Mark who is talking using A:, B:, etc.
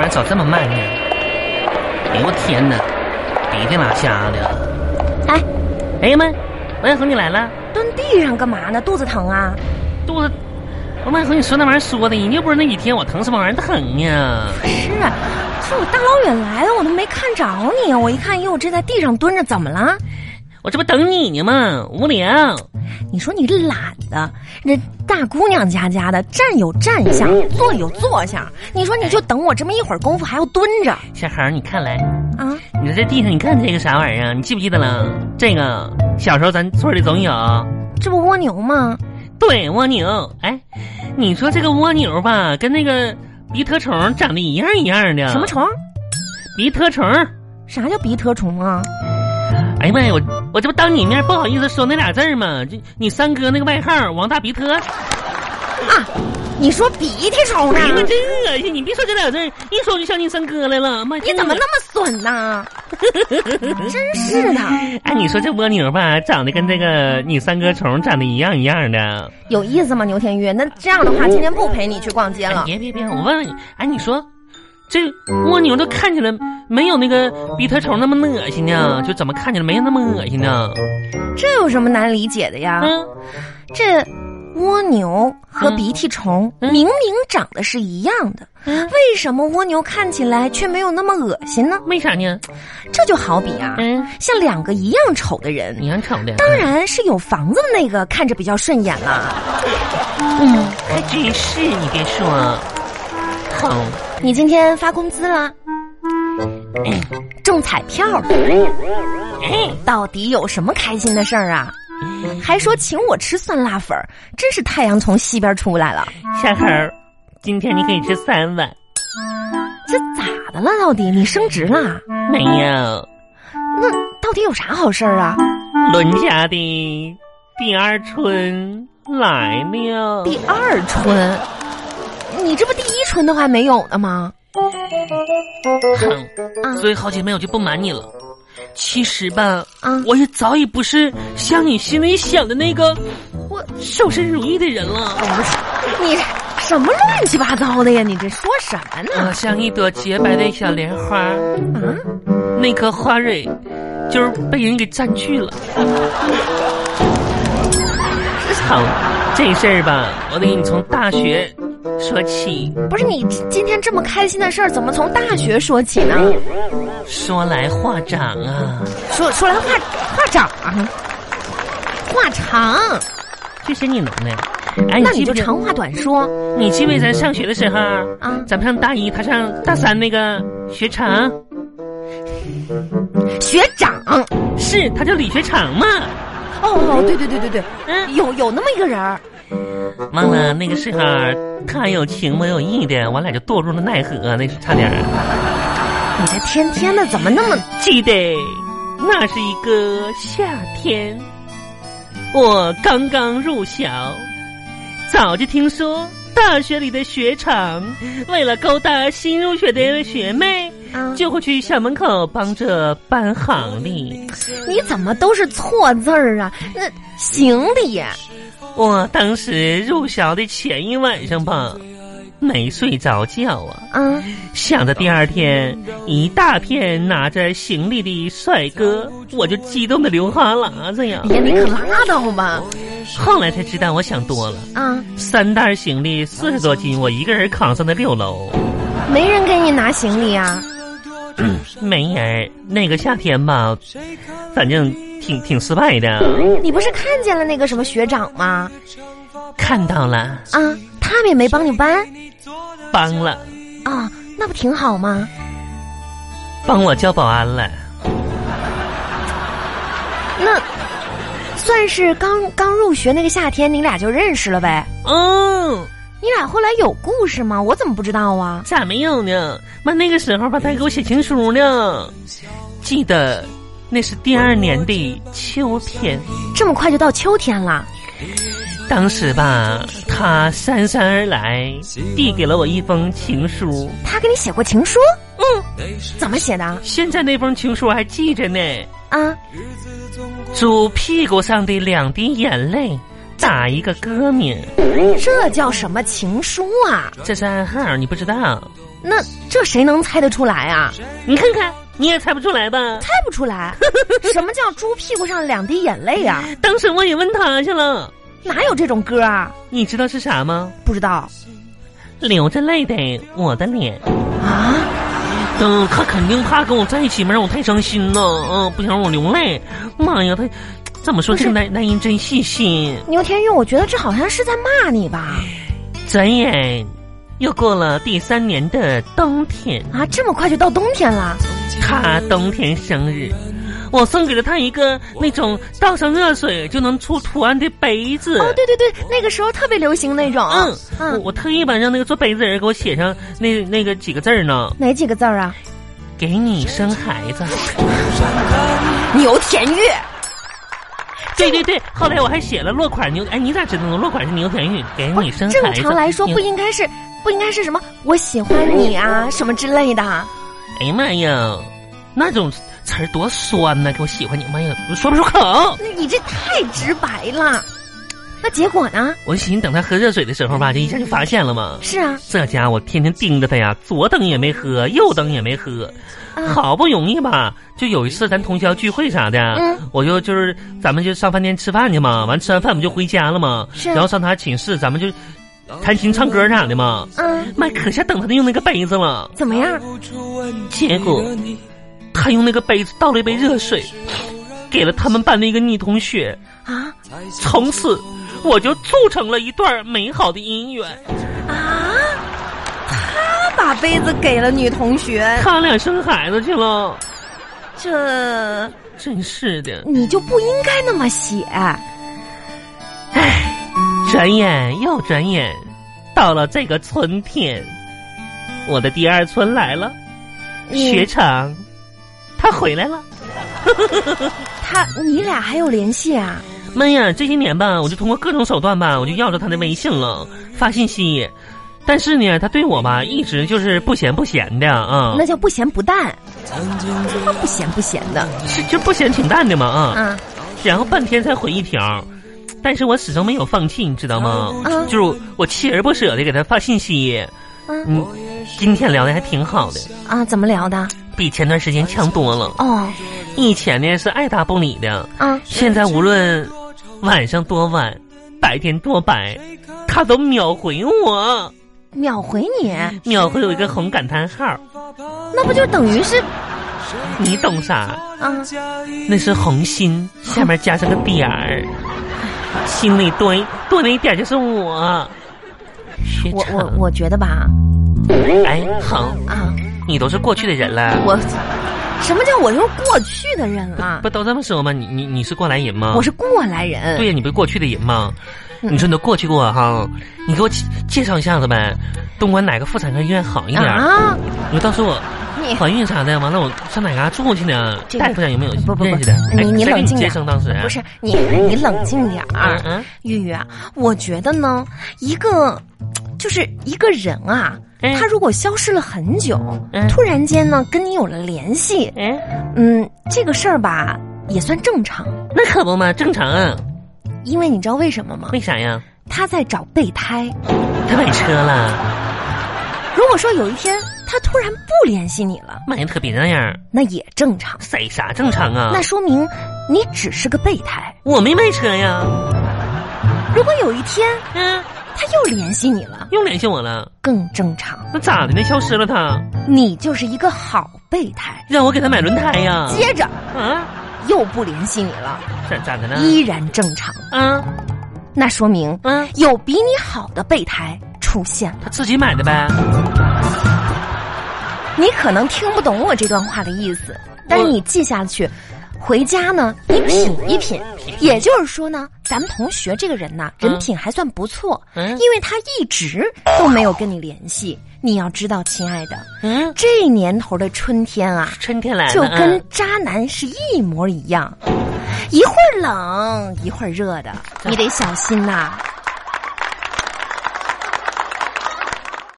A: 么走这么慢呢？哎呦我天哪，别干嘛瞎的！
B: 哎，
A: 哎呀妈，王小红你来了，
B: 蹲地上干嘛呢？肚子疼啊？
A: 肚子，王小红你说那玩意儿说的，人家不知道那几天我疼什么玩意儿疼呀？
B: 是啊，是我大老远来的，我都没看着你。啊我一看，哟，这在地上蹲着，怎么了？
A: 我这不等你呢吗？无聊，
B: 你说你懒的，这大姑娘家家的，站有站相，坐有坐相。你说你就等我这么一会儿功夫，还要蹲着
A: 小孩儿你看来，
B: 啊？
A: 你说这地上你看这个啥玩意儿啊？你记不记得了？这个小时候咱村里总有，哎
B: 这不蜗牛吗？
A: 对蜗牛。哎，你说这个蜗牛吧，跟那个鼻特虫长得一样一样的。
B: 什么？虫？
A: 鼻特虫。
B: 啥叫鼻特虫啊？
A: 哎呀妈呀，我我这不当你面不好意思说那俩字儿吗？就你三哥那个外号王大鼻特，
B: 啊，你说鼻涕虫啊呢
A: 哎呀？妈，真恶心！你别说这俩字儿，一说我就想起三哥来了。妈，
B: 你怎么那么损呢？真是的，
A: 哎，你说这蜗牛吧，长得跟这个你三哥虫长得一样一样的。
B: 有意思吗？牛天玉，那这样的话，今天不陪你去逛街
A: 哎
B: 了。
A: 别别别，我问问你，哎，你说这蜗牛都看起来没有那个比特虫那么恶心呢？就怎么看起来没有那么恶心呢？
B: 这有什么难理解的呀？
A: 嗯，
B: 这蜗牛和
A: 嗯
B: 鼻涕虫
A: 嗯
B: 明明长得是一样的，
A: 嗯
B: 为什么蜗牛看起来却没有那么恶心呢？
A: 为啥呢？
B: 这就好比啊，
A: 嗯，
B: 像两个一样丑的人，
A: 你看瞅的，
B: 当然是有房子的那个看着比较顺眼了。嗯，
A: 还哎真是，你别说，啊好，
B: 你今天发工资啦？
A: 嗯
B: 中彩票了，
A: 哎，
B: 到底有什么开心的事儿啊？还说请我吃酸辣粉儿，真是太阳从西边出来了。
A: 小猴儿，今天你可以吃三碗，
B: 这咋的了？到底你升职啦？
A: 没有，
B: 那到底有啥好事儿啊？
A: 伦家的第二春来了。
B: 第二春，你这不第一春的话没有的吗？啊
A: 哼，所以好姐妹，我就不瞒你了。其实吧，
B: 啊
A: 我也早已不是像你心里想的那个
B: 我
A: 瘦身如意的人了。
B: 你什么乱七八糟的呀？你这说什么
A: 我
B: 呢？
A: 像一朵洁白的小莲花，
B: 啊，
A: 那颗花蕊就是被人给占据了。好，这事儿吧，我得给你从大学说起。
B: 不是你今天这么开心的事儿，怎么从大学说起呢？
A: 说来话长啊，
B: 说说来话话长，啊话长，
A: 这些你能耐。哎，
B: 那
A: 记
B: 你
A: 不
B: 就
A: 记得
B: 长话短说
A: 你记不记得咱上学的时候，
B: 啊。
A: 咱们上大一，他上大三那个学长，
B: 学长，
A: 是他叫李学长嘛？
B: 哦，对对对对对，
A: 嗯，
B: 有有那么一个人儿，
A: 忘了那个时候，他有情我有意的，我俩就堕入了奈何，那是差点儿
B: 你这天天的怎么那么
A: 记得，那是一个夏天，我刚刚入校，早就听说大学里的学长为了勾搭新入学的学妹，
B: 啊？
A: 就会去校门口帮着搬行李。
B: 你怎么都是错字儿啊？那行李
A: 我当时入校的前一晚上吧，没睡着觉啊，
B: 啊，
A: 想着第二天一大片拿着行李的帅哥，我就激动的流哈喇子呀。
B: 爷你可拉倒吧
A: 后来才知道我想多了，
B: 啊！
A: 三袋行李四十多斤，我一个人扛上的六楼，
B: 没人给你拿行李啊？
A: 没人儿。那个夏天吧，反正挺挺失败的。
B: 你不是看见了那个什么学长吗？
A: 看到了，
B: 啊，他们也没帮你搬
A: 帮了，
B: 啊，那不挺好吗？
A: 帮我叫保安了。
B: 那算是刚刚入学那个夏天，你俩就认识了呗？
A: 哦。
B: 你俩后来有故事吗？我怎么不知道啊？
A: 咋没有呢？妈，那个时候吧，他还给我写情书呢。记得那是第二年的秋天，
B: 这么快就到秋天了，
A: 当时吧，他姗姗而来，递给了我一封情书。
B: 他给你写过情书？嗯，怎么写的啊？
A: 现在那封情书还记着呢。猪屁股上的两滴眼泪，打一个歌名。
B: 这叫什么情书啊？
A: 这是暗号，你不知道？
B: 那这谁能猜得出来啊？
A: 你看看，你也猜不出来吧？
B: 猜不出来。 什么叫猪屁股上两滴眼泪 啊？
A: 当时我也问他去了，
B: 哪有这种歌啊？
A: 你知道是啥吗？
B: 不知道
A: 流着泪的我的脸。
B: 啊？
A: 嗯，他肯定怕跟我在一起嘛，让我太伤心了。嗯、不想让我流泪。妈呀，他怎么说
B: 不是
A: 这个男男人真细心，
B: 牛天玉，我觉得这好像是在骂你吧？
A: 转眼又过了第三年的冬天。
B: 啊，这么快就到冬天了？
A: 他冬天生日，我送给了他一个那种倒上热水就能出图案的杯子。
B: 哦，对对对，那个时候特别流行那种。
A: 嗯，我
B: 嗯，
A: 我特意把让那个做杯子的人给我写上那那个几个字儿呢，
B: 哪几个字儿啊？
A: 给你生孩子。
B: 牛田玉，
A: 对对对，后来我还写了落款牛，哎，你咋知道呢？落款是牛田玉，给你生孩
B: 正
A: 子。
B: 常来说不
A: 牛，
B: 应该是不应该是什么我喜欢你啊什么之类的。
A: 哎呀妈呀，那种词儿多酸呐、给我喜欢你，妈呀，我说不出口。
B: 那你这太直白了。那结果呢？
A: 我寻思等他喝热水的时候吧，这一下就发现了嘛。
B: 是啊，
A: 这家伙天天盯着他呀，左等也没喝，右等也没喝，
B: 啊
A: 好不容易吧，就有一次咱通宵聚会啥的，
B: 嗯
A: 我就就是咱们就上饭店吃饭去嘛，完吃完饭我们就回家了嘛，
B: 是
A: 然后上他寝室咱们就弹琴唱歌啥的嘛，
B: 嗯，
A: 妈可下等他用那个杯子了，
B: 怎么 样？
A: 结果他用那个杯子倒了一杯热水，给了他们班的一个女同学，
B: 啊
A: 从此我就促成了一段美好的姻缘，
B: 啊！他把杯子给了女同学，
A: 他俩生孩子去了，
B: 这
A: 真是的。
B: 你就不应该那么写。
A: 转眼又转眼，到了这个春天，我的第二春来了。
B: 嗯
A: 学长，他回来了。
B: 他，你俩还有联系啊？
A: 妈呀，这些年吧，我就通过各种手段吧，我就要着他的微信了，发信息。但是呢，他对我吧，一直就是不咸不咸的啊，
B: 那叫不咸不淡，他不咸不咸的
A: 是就不咸挺淡的嘛啊。
B: 啊
A: 然后半天才回一条，但是我始终没有放弃，你知道吗？
B: 啊
A: 就是我锲而不舍的给他发信息。
B: 嗯
A: 嗯，今天聊的还挺好的。
B: 啊！怎么聊的？
A: 比前段时间强多了。
B: 哦
A: 以前呢是爱答不理的，
B: 啊，
A: 现在无论晚上多晚，白天多白，他都秒回我，
B: 秒回你，
A: 秒回我一个红感叹号。
B: 那不就等于是
A: 你懂啥？
B: 啊？
A: 那是红心，下面加上个点儿，心里多一多那一点就是我。学
B: 我我
A: 长，
B: 我觉得吧
A: 哎，好，
B: 啊，
A: 你都是过去的人了，
B: 我什么叫我又过去的人了？
A: 不都这么说吗？你你你是过来人吗？
B: 我是过来人。
A: 对呀，你不是过去的人吗？
B: 嗯
A: 你说你都过去过哈，你给我介介绍一下子呗，东莞哪个妇产科医院好一点？
B: 啊，
A: 你说到时候我
B: 你
A: 怀孕啥的，完了我上哪嘎住去呢？
B: 这个
A: 大夫上有没有
B: 不不不
A: 认识的？
B: 你
A: 哎
B: 你
A: 谁给
B: 冷静
A: 接
B: 点
A: 生当时
B: 不是你，你冷静点
A: 嗯
B: 儿，
A: 嗯，
B: 玉玉啊。我觉得呢，一个就是一个人啊，
A: 嗯
B: 他如果消失了很久，
A: 嗯
B: 突然间呢跟你有了联系，
A: 哎，
B: 嗯，这个事儿吧也算正常，
A: 那可不嘛，正常啊。
B: 因为你知道为什么吗？
A: 为啥呀？
B: 他在找备胎。
A: 他买车了，
B: 如果说有一天他突然不联系你了，
A: 妈呀，可别那样，
B: 那也正常，
A: 谁啥正常啊？
B: 那说明你只是个备胎。
A: 我没卖车呀，
B: 如果有一天
A: 嗯，
B: 他又联系你了，
A: 又联系我了，
B: 更正常。
A: 那咋的呢？消失了他，
B: 你就是一个好备胎。
A: 让我给他买轮胎呀？
B: 接着
A: 啊，
B: 又不联系你了，
A: 咋咋的了？
B: 依然正常，
A: 啊
B: 那说明
A: 啊，
B: 有比你好的备胎出现了。
A: 他自己买的呗。
B: 你可能听不懂我这段话的意思，但是
A: 我
B: 你记下去。回家呢，你品一
A: 嗯
B: 品，也就是说呢，咱们同学这个人呐，人品还算不错，
A: 嗯
B: 因为他一直都没有跟你联系。你要知道，亲爱的，
A: 嗯，
B: 这年头的春天啊，
A: 春天来了，
B: 就跟
A: 嗯
B: 渣男是一
A: 嗯
B: 模一样，一会儿冷一会儿热的，你得小心呐、